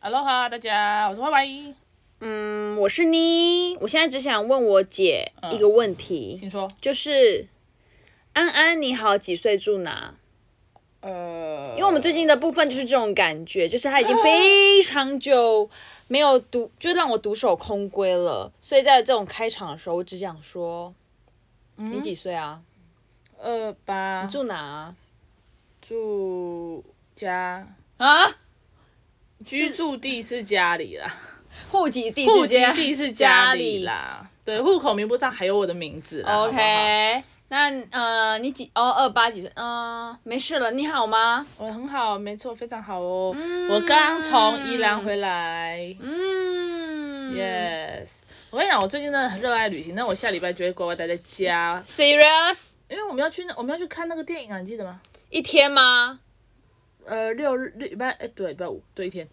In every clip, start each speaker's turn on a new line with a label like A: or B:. A: Aloha，大家，我是歪歪。
B: 嗯，我是妮。我现在只想问我姐
A: 嗯
B: 一个问题，
A: 听说，
B: 就是安安你好，几岁住哪？
A: 呃，因
B: 因为我们最近的部分就是这种感觉，就是他已经非常久没有独， 就让我独守空闺了。所以在这种开场的时候，我只想说，
A: 嗯
B: 你几岁啊？
A: 二八
B: 住哪啊？
A: 住家，
B: 啊
A: 居住地是家里啦，
B: 户籍地
A: 户
B: 户
A: 籍地是家里啦。对，户口名簿上还有我的名字啦。好不好
B: OK，那呃，你几哦二八几岁？嗯、没事了，你好吗？
A: 我很好，没错，非常好哦。我刚从宜兰回来。
B: 嗯
A: Yes，我跟你讲，我最近真的很热爱旅行，但我下礼拜就会乖乖待在家，
B: Serious？
A: 因为我们要去那我们要去看那个电影啊，你记得吗？
B: 一天吗？
A: 呃，六日礼拜哎，对，礼拜五对一天。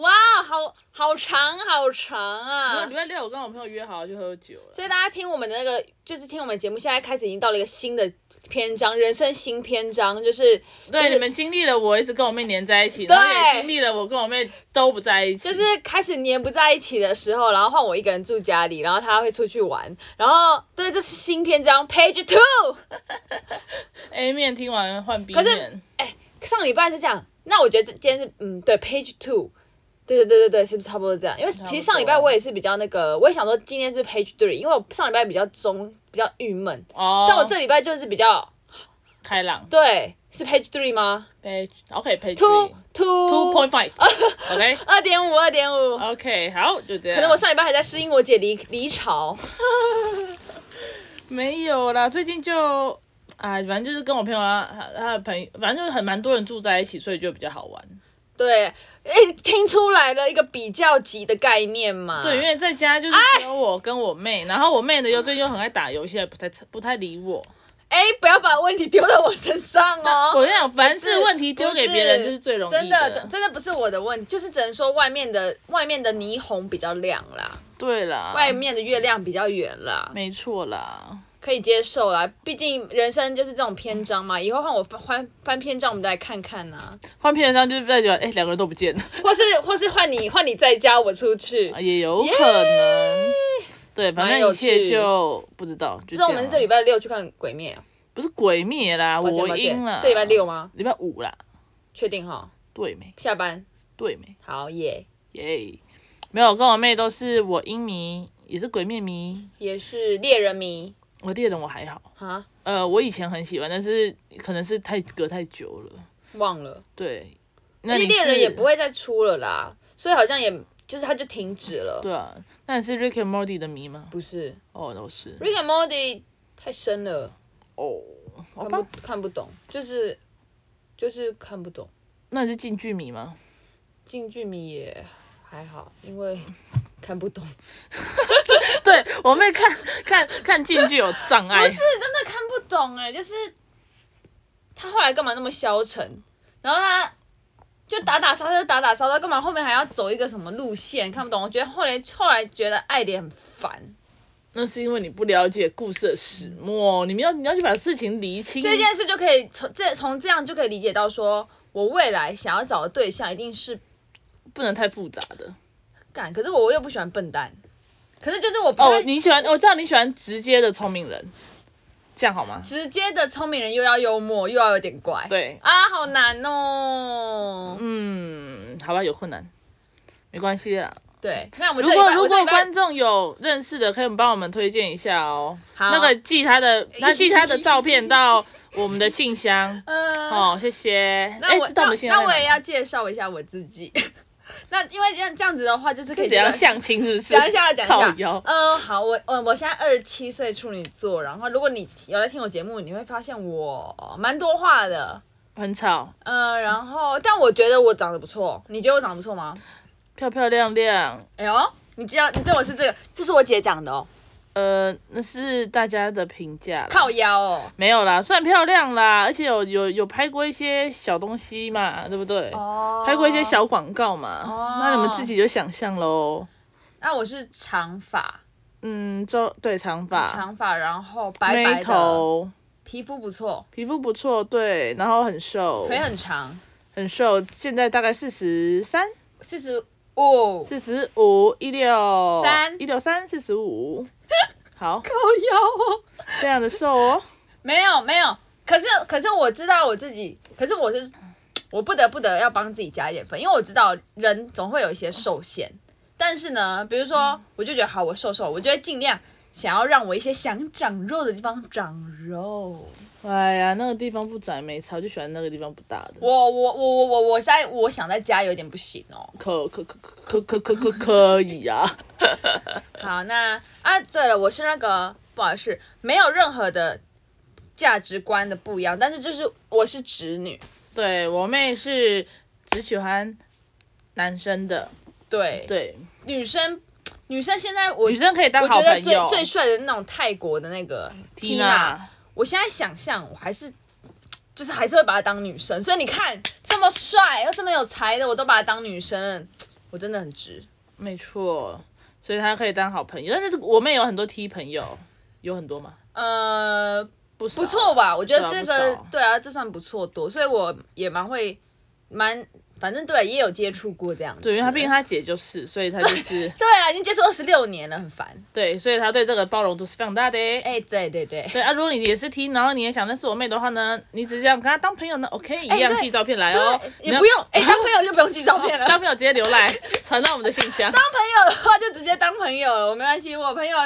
B: 哇，好好长好长
A: 然后
B: 啊
A: 礼！拜六我跟我朋友约好去喝酒了。
B: 所以大家听我们的那个，就是听我们节目，现在开始已经到了一个新的篇章，人生新篇章，就是
A: 对，
B: 是
A: 你们经历了我一直跟我妹黏在一起，然后也经历了我跟我妹都不在一起。
B: 就是开始黏不在一起的时候，然后换我一个人住家里，然后他会出去玩，然后对，这是新篇章 Page Two。
A: A 面听完换 B
B: 可是
A: 面，
B: 哎上礼拜是这样，那我觉得这今天是嗯，对，page two，对对对对对，是不是差不多这样？因为
A: 不多
B: 其实上礼拜我也是比较那个，我也想说今天是 page three，因为我上礼拜比较中，比较郁闷，
A: 哦，
B: 但我这礼拜就是比较
A: 开朗
B: 对，是 page three 吗
A: page OK page
B: ？two
A: two
B: two
A: point five Oh, OK
B: 二点五二点五，
A: OK 好就这样。
B: 可能我上礼拜还在适应我姐离离巢，
A: 没有啦，最近就啊，反正就是跟我朋友啊，他他的朋友，反正就是很蛮多人住在一起，所以就比较好玩。
B: 对，哎、听出来了一个比较级的概念嘛？
A: 对，因为在家就是只有我跟我妹，然后我妹呢又最近又很爱打游戏，不太不太理我。
B: 哎、不要把问题丢到我身上哦。
A: 我跟你讲，凡
B: 不
A: 是问题丢给别人
B: 不
A: 就是最容易
B: 真的真真的不是我的问题，就是只能说外面的外面的霓虹比较亮啦，
A: 对啦，
B: 外面的月亮比较圆啦，
A: 没错啦。
B: 可以接受啦。毕竟人生就是这种篇章嘛，以后换我翻翻翻篇章，我们再来看看呐、
A: 换片上就是代表哎两个人都不见 了，啊
B: 或是或是换你换你在家，我出去。
A: 也有可能。对，反
B: 蛮
A: 正
B: 有
A: 一切
B: 趣
A: 就不知道，就这
B: 那
A: 样。
B: 我们这礼拜六去看《鬼灭》啊，
A: 不是鬼灭啦，
B: 抱歉
A: 我
B: 抱
A: 赢
B: 歉
A: 了。
B: 这礼拜六？吗？
A: 礼拜五啦，
B: 确定哈？
A: 对没？
B: 下班
A: 对没？
B: 好耶
A: 耶！没有，我跟我妹都是我英迷，也是鬼灭迷。
B: 也是猎人迷
A: 我猎人我还好，
B: 啊，
A: 呃，我以前很喜欢，但是可能是太隔太久了。
B: 忘了。
A: 对，那你
B: 因为猎人
A: 是
B: 也不会再出了啦，所以好像也就是它就停止了。
A: 对啊。那你是 Rick and Morty 的迷吗？
B: 不是
A: 哦，那我是。
B: Rick and Morty 太深了，
A: 哦，好
B: 看
A: 吧
B: 不，看不懂，就是就是看不懂。
A: 那你是近距迷吗？
B: 近距迷也还好，因 为看不懂，是
A: 对我妹看看看近距有障碍，
B: 真的看不懂哎、就是他后来干嘛那么消沉？然后他。就打打杀杀，就打打杀杀，干嘛后面还要走一个什么路线？看不懂。我觉得后来后来觉得爱莲很烦，
A: 那是因为你不了解故事的始末，你们要你要去把事情厘清。
B: 这件事就可以从这从这样就可以理解到说，我未来想要找的对象一定是
A: 不能太复杂的。
B: 干，可是我又不喜欢笨蛋，可是就是我不
A: 哦
B: 太，
A: 你喜欢，我知道你喜欢直接的聪明人，这样好吗？
B: 直接的聪明人又要幽默又要有点乖，
A: 对，
B: 啊，好难哦。
A: 嗯，好吧，有困难，没关系啦。
B: 对，那我们
A: 如
B: 这礼
A: 果
B: 拜
A: 如
B: 我这
A: 果
B: 礼拜
A: 观众有认识的，可以帮我们推荐一下哦。
B: 好
A: 那个寄他 的，他寄他的照片到我们的信箱
B: 呃，
A: 哦，谢谢。哎
B: 那，我
A: 知道我
B: 那
A: 们信箱
B: 那
A: 在
B: 我
A: 哪
B: 也要介绍一下我自己。 那因为这样这样子的话，就是可以
A: 怎样
B: 知道
A: 相亲是不是？
B: 讲一下，讲一
A: 靠
B: 下。
A: 腰。
B: 嗯、好，我我我现在二十七岁处女座，然后如果你有在听我节目，你会发现我蛮多话的。
A: 很吵，
B: 呃，然后但我觉得我长得不错，你觉得我长得不错吗？
A: 漂漂亮亮。
B: 哎呦，你知道你对我是这个，这是我姐讲的哦，
A: 呃，那是大家的评价啦。
B: 靠腰哦。
A: 没有啦，算漂亮啦，而且有有有拍过一些小东西嘛，对不对？
B: 哦
A: 拍过一些。小广告嘛，
B: 哦
A: 那你们自己就想象喽。
B: 那我是长发，
A: 嗯，周对长发，
B: 长发，然后白白
A: 啊眉
B: 的，
A: 头，
B: 皮肤不错，
A: 皮肤不错，对，然后很瘦，
B: 腿很长，
A: 很瘦，现在大概四十三、
B: 四十五，
A: 四十五、一六
B: 三
A: 一六三、四十五，好，
B: 高腰哦。
A: 非常的瘦哦。
B: 没有没有，可是可是我知道我自己，可是我是我不得不得要帮自己加一点分，因为我知道人总会有一些受限。但是呢，比如说，我就觉得好，我瘦瘦，我就会尽量想要让我一些想长肉的地方长肉。
A: 哎呀，那个地方不窄没差，我就喜欢那个地方不大的。
B: 我我我我我我现在我想在家有点不行哦。
A: 可可可可可可可可以啊！
B: 好，那啊，对了，我是那个不好意思，没有任何的价值观的不一样，但是就是我是直女，
A: 对我妹是只喜欢男生的，
B: 对，
A: 对，
B: 女生女生现在我
A: 女生可以当
B: 我
A: 好
B: 觉
A: 朋
B: 得最
A: 友。
B: 最帅的那种泰国的那个 Tina，我现在想象我还是就是还是会把她当女生，所以你看这么帅又这么有才的，我都把她当女生，我真的很直。
A: 没错，所以她可以当好朋友。但是我妹有很多 T 朋友，有很多吗？
B: 呃，
A: 不不
B: 不错？吧？我觉
A: 对
B: 得
A: 啊
B: 这
A: 不
B: 个
A: 少
B: 对啊，这算不错多，所以我也蛮会蛮，反正对啊也有接触过这样子。
A: 对，因为她毕竟她姐就是，所以她就是
B: 对啊，已经接触二十六年了，很烦。
A: 对，所以她对这个包容度是非常大的。
B: 哎、对对对，
A: 对啊，如果你也是 T，然后你也想认识我妹的话呢，你只是想跟她当朋友呢，OK，一样
B: 对
A: 寄照片来哦，
B: 也不用哎、当朋友就不用寄照片了。
A: 当朋友直接留来传到我们的信箱。
B: 当朋友的话就直接当朋友了，我没关系，我朋友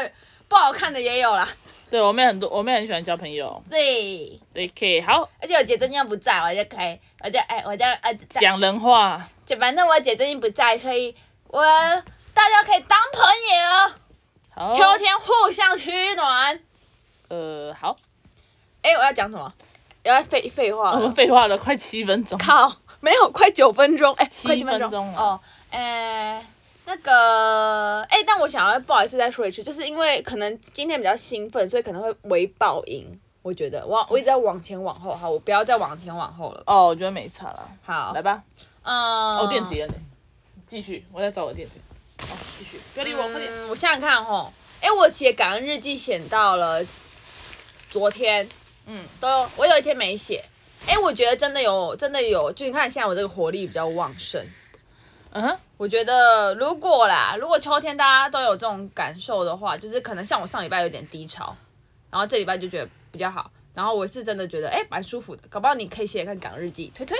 B: 不好看的也有啦。
A: 对我妹很多，我妹很喜欢交朋友。
B: 对，
A: 对，K，好，
B: 而且我姐最近又不在，我就可以，我就哎，我就呃，
A: 讲人话，
B: 就反正我姐最近不在，所以我大家可以当朋友，
A: 好，
B: 秋天互相取暖。
A: 呃，好，
B: 哎、我要讲什么？要废废
A: 哦
B: 话
A: 我
B: 了
A: 们废话了快七分钟，
B: 靠，没有，快九分钟，哎、快九
A: 分钟了
B: 哦，哎、那个，哎、但我想要不好意思再说一次，就是因为可能今天比较兴奋，所以可能会微爆音。我觉得
A: 嗯
B: 我我一直在往前往后，好，我不要再往前往后了。
A: 哦，我觉得没差了，
B: 好
A: 来，吧，
B: 嗯，
A: 哦，电子烟呢，继续，我在找我电子烟，好，继续，不要理我，快点，
B: 嗯，我想想看吼，哎、我写感恩日记写到了昨天，
A: 嗯，
B: 都我有一天没写。哎、我觉得真的有，真的有，就你看现在我这个活力比较旺盛。
A: 嗯哼，
B: 我觉得如果啦，如果秋天大家都有这种感受的话，就是可能像我上礼拜有点低潮，然后这礼拜就觉得比较好，然后我是真的觉得哎蛮、舒服的，搞不好你可以写写看《港日记》，推推。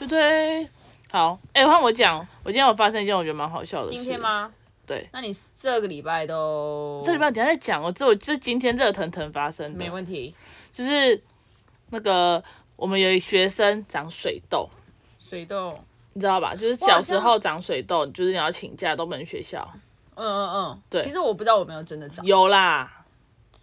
A: 对对，好，哎，换我讲，我今天有发生一件我觉得蛮好笑的事，
B: 今天？吗？
A: 对，
B: 那你这个礼拜都
A: 这礼拜等一下再讲哦，这我这今天热腾腾发生的
B: 没，问题，
A: 就是那个我们有一学生长水痘。
B: 水痘，
A: 你知道吧？就是小
B: 好像
A: 时候长水痘，就是你要请假都不能去学校。
B: 嗯嗯嗯，
A: 对
B: 其实我不知道我没有真的长，
A: 有啦，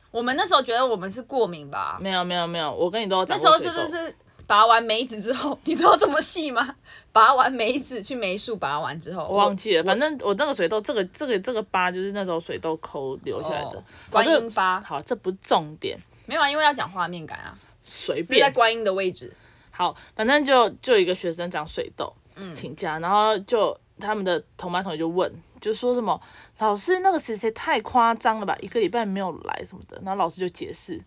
B: 我们那时候觉得我们是过敏吧，
A: 没有没有没有，我跟你都有长
B: 那
A: 过水
B: 时候是
A: 痘
B: 不是拔完梅子之后， 你知道这么细吗？拔完梅子去梅树拔完之后，
A: 我忘记了，反正我那个水痘，这个这个这个疤就是那时候水痘抠留下来的
B: 哦。观
A: 好这
B: 音疤
A: 好，这不是重点，
B: 没有啊，因为要讲画面感啊，
A: 随
B: 就在
A: 便。
B: 观音的位置。
A: 好，反正就就有一个学生长水痘，
B: 嗯
A: 请假，然后就他们的同班同学就问，就说什么老师那个谁谁太夸张了吧，一个礼拜没有来什么的，然后老师就解释。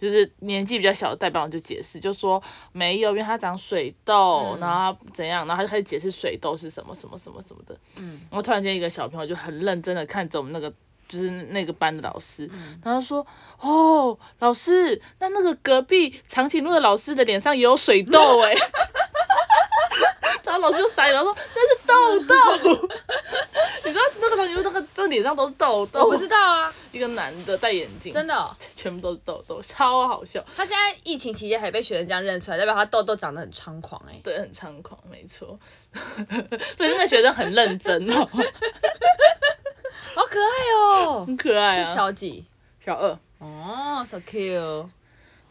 A: 就是年纪比较小的代班，我就解释，就说没有，因为他长水
B: 嗯
A: 痘，然后他怎样，然后他就开始解释水痘是什么什么什么什么的。嗯，然后突然间一个小朋友就很认真的看着我们那个就是那个班的老师，
B: 嗯
A: 然后说哦，老师，那那个隔壁长颈鹿的老师的脸上也有水痘 哎、然后老师就傻眼，然后说那是痘 痘。你知道那个长颈鹿那个这脸上都是痘
B: 我
A: 痘
B: 不，知道啊，
A: 一个男的戴眼镜，
B: 真的哦、
A: 全部都是痘痘，超好笑，
B: 他现在疫情期间还被学生这样认出来，代表他痘痘长得很猖狂哎、
A: 对，很猖狂，没错。 所以那个学生很认真 哦，
B: 好可爱哦、
A: 很可爱
B: 是
A: 啊。
B: 小几？
A: 小二
B: 哦，so cute。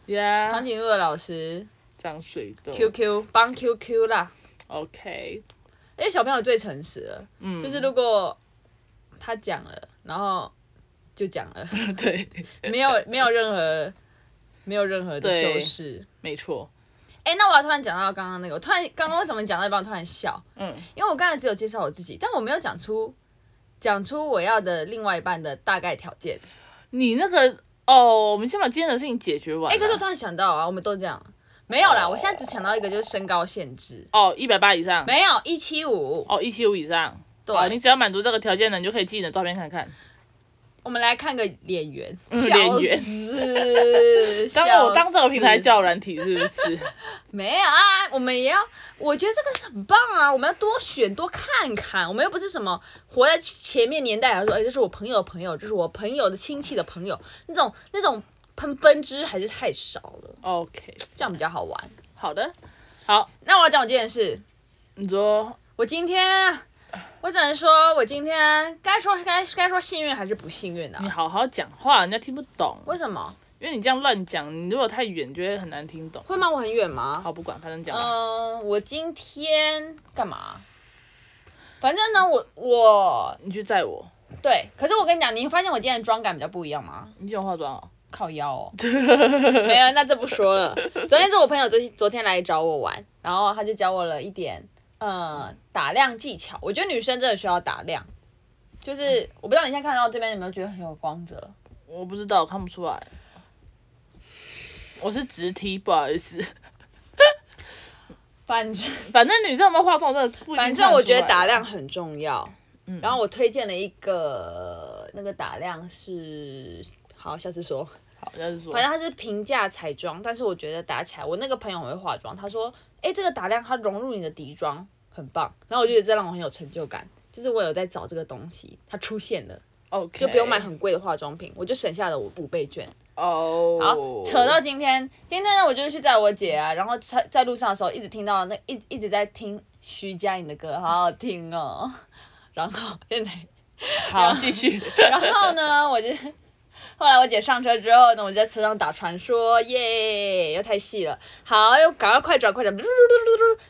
A: 呀
B: 长，颈鹿的老师
A: 长水痘。
B: ，QQ 帮 QQ 啦，
A: OK，
B: 因为小朋友最诚实了，嗯，就是如果他讲了，然后就讲了，
A: 对，
B: 没有没有任何没有任何的
A: 对
B: 修饰。
A: 没错，
B: 哎、那我要突然讲到刚刚那个，我突然刚刚为什么讲到一半我突然笑？
A: 嗯，
B: 因为我刚才只有介绍我自己，但我没有讲出讲出我要的另外一半的大概条件。
A: 你那个哦，我们先把今天的事情解决完啊。
B: 哎、可是我突然想到啊，我们都这样，没有啦，我现在只想到一个就是身高限制，
A: 哦，一百八以上，
B: 没有一七五。
A: 哦，一七五以上。
B: 对
A: 好你只要满足这个条件呢，你就可以寄你的照片看看。
B: 我们来看个脸圆，
A: 嗯脸圆
B: 圆。
A: 当着
B: 着
A: 我当这个平台叫软体是不是？
B: 没有啊，我们也要，我觉得这个是很棒啊，我们要多选多看看，我们又不是什么活在前面年代来说，哎，这是我朋友的朋友，这是我朋友的亲戚的朋友，那种那种分分支还是太少了，
A: OK，
B: 这样比较好玩。
A: 好的，
B: 那我要讲我这件事，
A: 你说
B: 我今天，我只能说我今天该说该该说幸运还是不幸运
A: 你
B: 啊？
A: 好好讲话，人家听不懂，
B: 为什么？
A: 因为你这样乱讲，你如果太远就会很难听懂。
B: 会骂我很远吗？
A: 好，不管，反正讲
B: 嗯、
A: 吧。
B: 我今天干嘛？反正呢，我我
A: 你去载我，
B: 对，可是我跟你讲，你发现我今天的妆感比较不一样吗？
A: 你今天有化妆哦？
B: 靠腰哦， 没了，那这不说了。昨天是我朋友昨昨天来找我玩，然后他就教我了一点呃打量技巧。我觉得女生真的需要打量，就是我不知道你现在看到这边有没有觉得很有光泽，
A: 我不知道，我看不出来。我是直踢，不好意思。
B: 反正
A: 反正女生有没有化妆，我真的不一定
B: 反
A: 看
B: 正我
A: 出
B: 觉得
A: 来啊
B: 打量很重要。然后我推荐了一个那个打量是，好，下次说。
A: 好，要是说
B: 反，正它是平价彩妆，但是我觉得打起来，我那个朋友很会化妆，他说，哎、这个打亮它融入你的底妆，很棒。然后我就觉得这让我很有成就感，就是我有在找这个东西，它出现了，
A: OK，
B: 就不用买很贵的化妆品，我就省下了我五倍券。
A: 哦。
B: 好，扯到今天，今天呢，我就去载我姐啊，然后在在路上的时候一直听到那一一直在听徐佳莹的歌，好好听哦。 然后现在
A: 好，继 续。
B: 然后呢，我就后来我姐上车之后呢，我就在车上打传说，耶，又太细了。好，又赶快快转快转，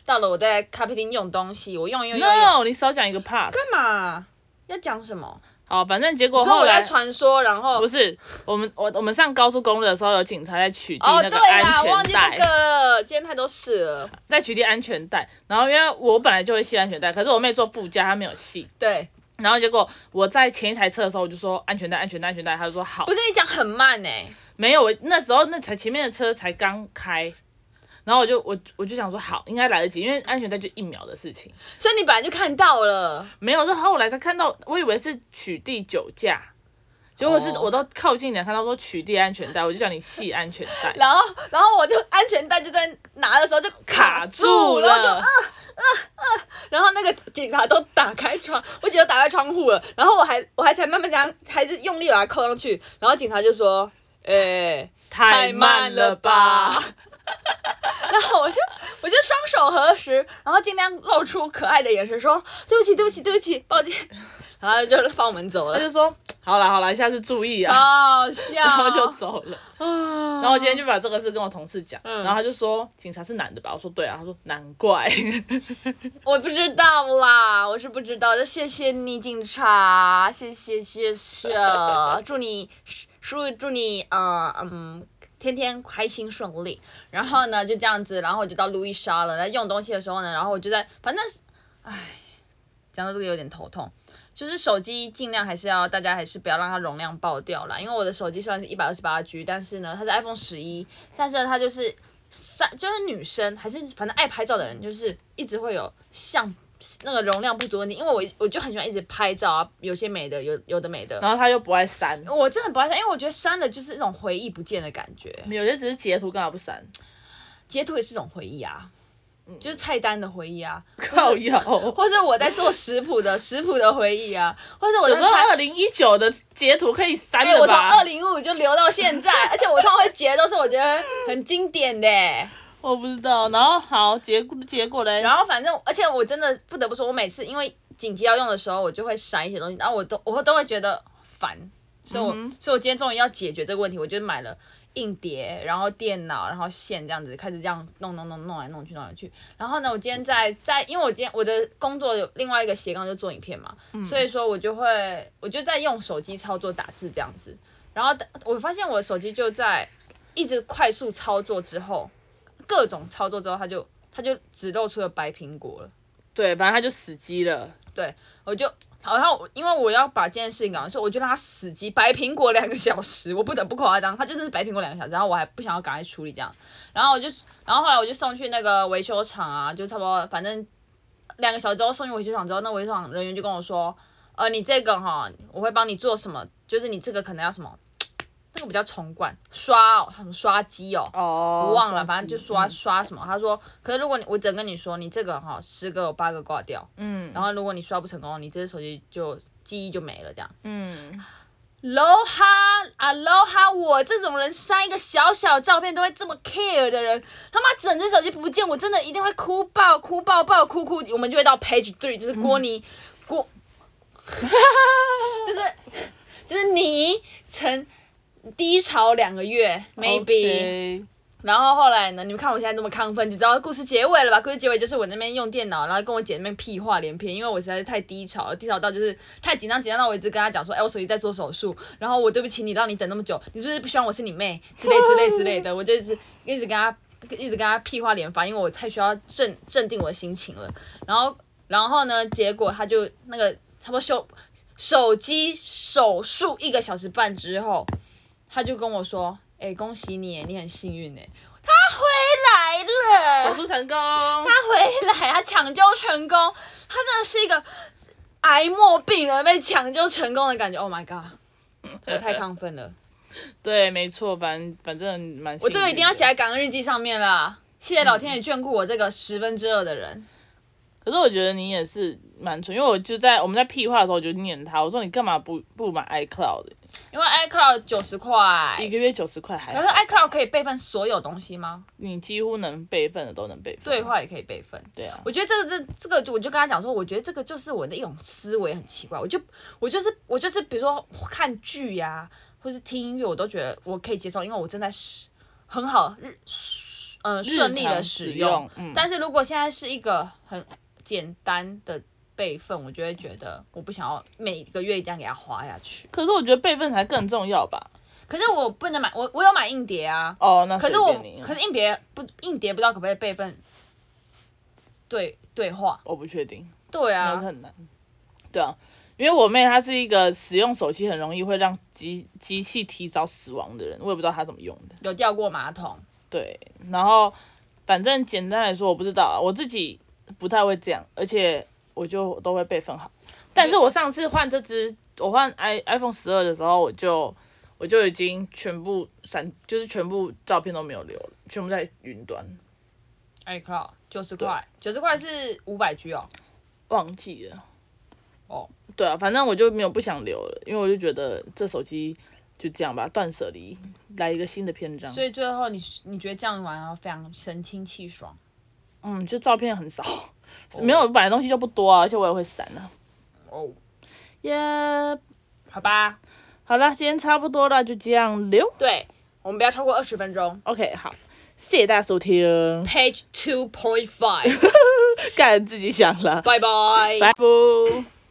B: 到了我在咖啡厅用东西，我用用用用，
A: No，你少讲一个 part。
B: 干嘛？要讲什么？
A: 好，反正结果
B: 所以
A: 后
B: 我在
A: 来
B: 传说，然后
A: 不是我们我我们上高速公路的时候，有警察在取缔
B: 哦，
A: 那
B: 对
A: 个安
B: 啦，我忘记
A: 全带
B: 这，个了，今天太多事了。
A: 在取缔安全带。然后因为我本来就会系安全带，可是我妹坐副驾，她没有系。
B: 对，
A: 然后结果我在前一台车的时候，我就说安全带，安全带，安全带，她就说好
B: 不。是你讲很慢呢、
A: 没有，我那时候那才前面的车才刚开，然后我就我我就想说好，应该来得及，因为安全带就一秒的事情。
B: 所以你本来就看到了，
A: 没有，是后来才看到，我以为是取缔酒驾，结果是
B: 哦
A: 我到靠近点看到说取缔安全带，我就叫你系安全带。
B: 然后然后我就安全带就在拿的时候就
A: 卡
B: 卡
A: 住
B: 住然后就
A: 了，
B: 然后那个警察都打开窗，我姐都打开窗户了，然后我还我还才慢慢将，还是用力把它扣上去，然后警察就说：“哎、！”
A: 太慢了吧！
B: 然后我就我就双手合十，然后尽量露出可爱的眼神，说：“对不起，对不起，对不起，抱歉。”然后就放我们走
A: 他
B: 了，
A: 就说好啦好啦，下次注意啊，
B: 好笑。
A: 然后就走了。
B: 然
A: 然后我今天就把这个事跟我同事讲，然后他就说警察是男的吧？我说对啊，他说难怪。
B: 我不知道啦，我是不知道的。谢谢你，警察，谢谢谢谢，祝你祝祝你呃嗯。天天开心顺利，然后呢就这样子，然后我就到路易莎了。在用东西的时候呢，然后我就在，反正是，唉，讲到这个有点头痛。就是手机尽量还是要大家还是不要让它容量爆掉啦，因为我的手机虽然是一百二十八 G，但是呢它是 iPhone 十一，但是呢它就是晒就是女生还是反正爱拍照的人，就是一直会有像那个容量不足的问题，因为我我就很喜欢一直拍照啊，有些美的有有的美的，
A: 然后他又不爱删，
B: 我真的不爱删，因为我觉得删了就是那种回忆不见的感觉，
A: 有些只是截图干嘛不 删？
B: 截图也是一种回忆啊，
A: 嗯
B: 就是菜单的回忆啊，
A: 靠腰。
B: 或者我在做食谱的 食谱的回忆啊，或者我
A: 有
B: 在
A: 时候
B: 拍
A: 二零一九的截图可以删
B: 哎、我
A: 的
B: 从
A: 吧
B: 二？零五就留到现在，而且我通常会截都是我觉得很经典的、欸
A: 我不知道。然后好结结果嘞，
B: 然后反正，而且我真的不得不说，我每次因为紧急要用的时候，我就会删一些东西，然后我都我都会觉得烦，所以我、所以我今天终于要解决这个问题，我就买了硬碟，然后电脑，然后线这样子开始这样弄弄弄弄来弄去弄来去。然后呢，我今天在在，因为我今天我的工作有另外一个斜杠就做影片嘛，所以说我就会我就在用手机操作打字这样子，然后我发现我的手机就在一直快速操作之后，各种操作之后，它就它就只露出了白苹果了。
A: 对，反正他就死机了。
B: 对，我就好，然后我因为我要把这件事情搞完，所以我就让他死机白苹果两个小时，我不得不夸张，他就真的是白苹果两个小时，然后我还不想要赶快处理这样，然后我就，然后后来我就送去那个维修厂啊，就差不多反正两个小时之后送去维修厂之后，那维修厂人员就跟我说，呃，你这个哈，我会帮你做什么，就是你这个可能要什么，这个比较重灌刷哦，什么刷机哦，
A: 哦
B: 我忘了，反正就刷
A: 刷
B: 刷什么。他说，可是如果你我只能跟你说，你这个哈十个有八个挂掉，
A: 嗯
B: 然后如果你刷不成功，你这只手机就记忆就没了这样。
A: 嗯，
B: 喽哈啊喽哈，我这种人删一个小小照片都会这么 care 的人，他妈整只手机不见，我真的一定会哭爆哭爆爆哭哭，我们就会到 page three，就是
A: 嗯
B: 郭妮、 郭，就是就是你曾低潮两个月，maybe。
A: OK
B: 然后后来呢？你们看我现在这么亢奋，就知道故事结尾了吧？故事结尾就是我那边用电脑，然后跟我姐那边屁话连篇，因为我实在是太低潮了，低潮到就是太紧张，紧张到我一直跟她讲说，哎、我手机在做手术，然后我对不起你，让你等那么久，你是不是不希望我是你妹之类之类之类的？我就一直一直跟她一直跟她屁话连发，因为我太需要镇镇定我的心情了。然后然后呢？结果她就那个差不多修手机手术一个小时半之后，她就跟我说。哎、恭喜你耶，你很幸运哎！来
A: 手
B: 了，
A: 术成功。
B: 他回来，他抢救成功，他真的是一个癌末病人被抢救成功的感觉。Oh my god！我太亢奋 了，
A: 对，没错，反正反正蛮。
B: 我这个一定要写。在感恩日记上面啦。谢谢老天爷眷顾我这个十分之二的人。
A: 可是我觉得你也是蛮蠢，因为我就在我们在屁话的时候，我就念他，我说你干嘛不不买 iCloud？
B: 因为 iCloud 九十
A: 一
B: 块，
A: 个月九十块还
B: 哎
A: 好
B: 可是 iCloud 可以备份所有东西吗？
A: 你几乎能备份的都能备份。
B: 对话也可以备份。
A: 对啊，
B: 我觉得这个这这个，我就跟他讲说，我觉得这个就是我的一种思维很奇怪，我就我就是我就是比如说看剧呀、或是听音乐，我都觉得我可以接受，因为我正在使很好日呃
A: 日
B: 顺利的
A: 常
B: 使
A: 使
B: 用。
A: 用嗯
B: 但是如果现在是一个很简单的备份，我就会觉得我不想要每个月一定要给它花下去。
A: 可是我觉得备份才更重要吧。
B: 可是我不能买，我我有买硬碟啊，
A: 哦，那
B: 可是
A: 随
B: 我
A: 便你
B: 可是硬碟不硬碟不知道可不可以备份对对话。
A: 我不确定，
B: 对啊，
A: 那是很难。对啊，因为我妹她是一个使用手机很容易会让机机器提早死亡的人，我也不知道她怎么用的。
B: 有掉过马桶，
A: 对，然后反正简单来说，我不知道啊，我自己不太会这样，而且我就都会备份好。但是我上次换这只，我换 i iPhone 十二的时候，我就我就已经全部删，就是全部照片都没有留了，全部在云端，
B: iCloud 九十块，九十块是五百 G 哦。
A: 忘记了。
B: 哦，
A: 对啊，反正我就没有不想留了，因为我就觉得这手机就这样吧，断舍离，来一个新的篇章
B: 所。以最后你你觉得这样玩然后非常神清气爽。
A: 嗯，就照片很少， 没有我本来东西就不多啊，而且我也会删啊。
B: 哦，
A: 耶、
B: 好吧，
A: 好了，今天差不多了，就这样溜。
B: 对我们不要超过二十分钟。
A: OK，好，谢谢大家收听，
B: Page two point five，
A: 干自己想了，
B: 拜拜。
A: 拜拜。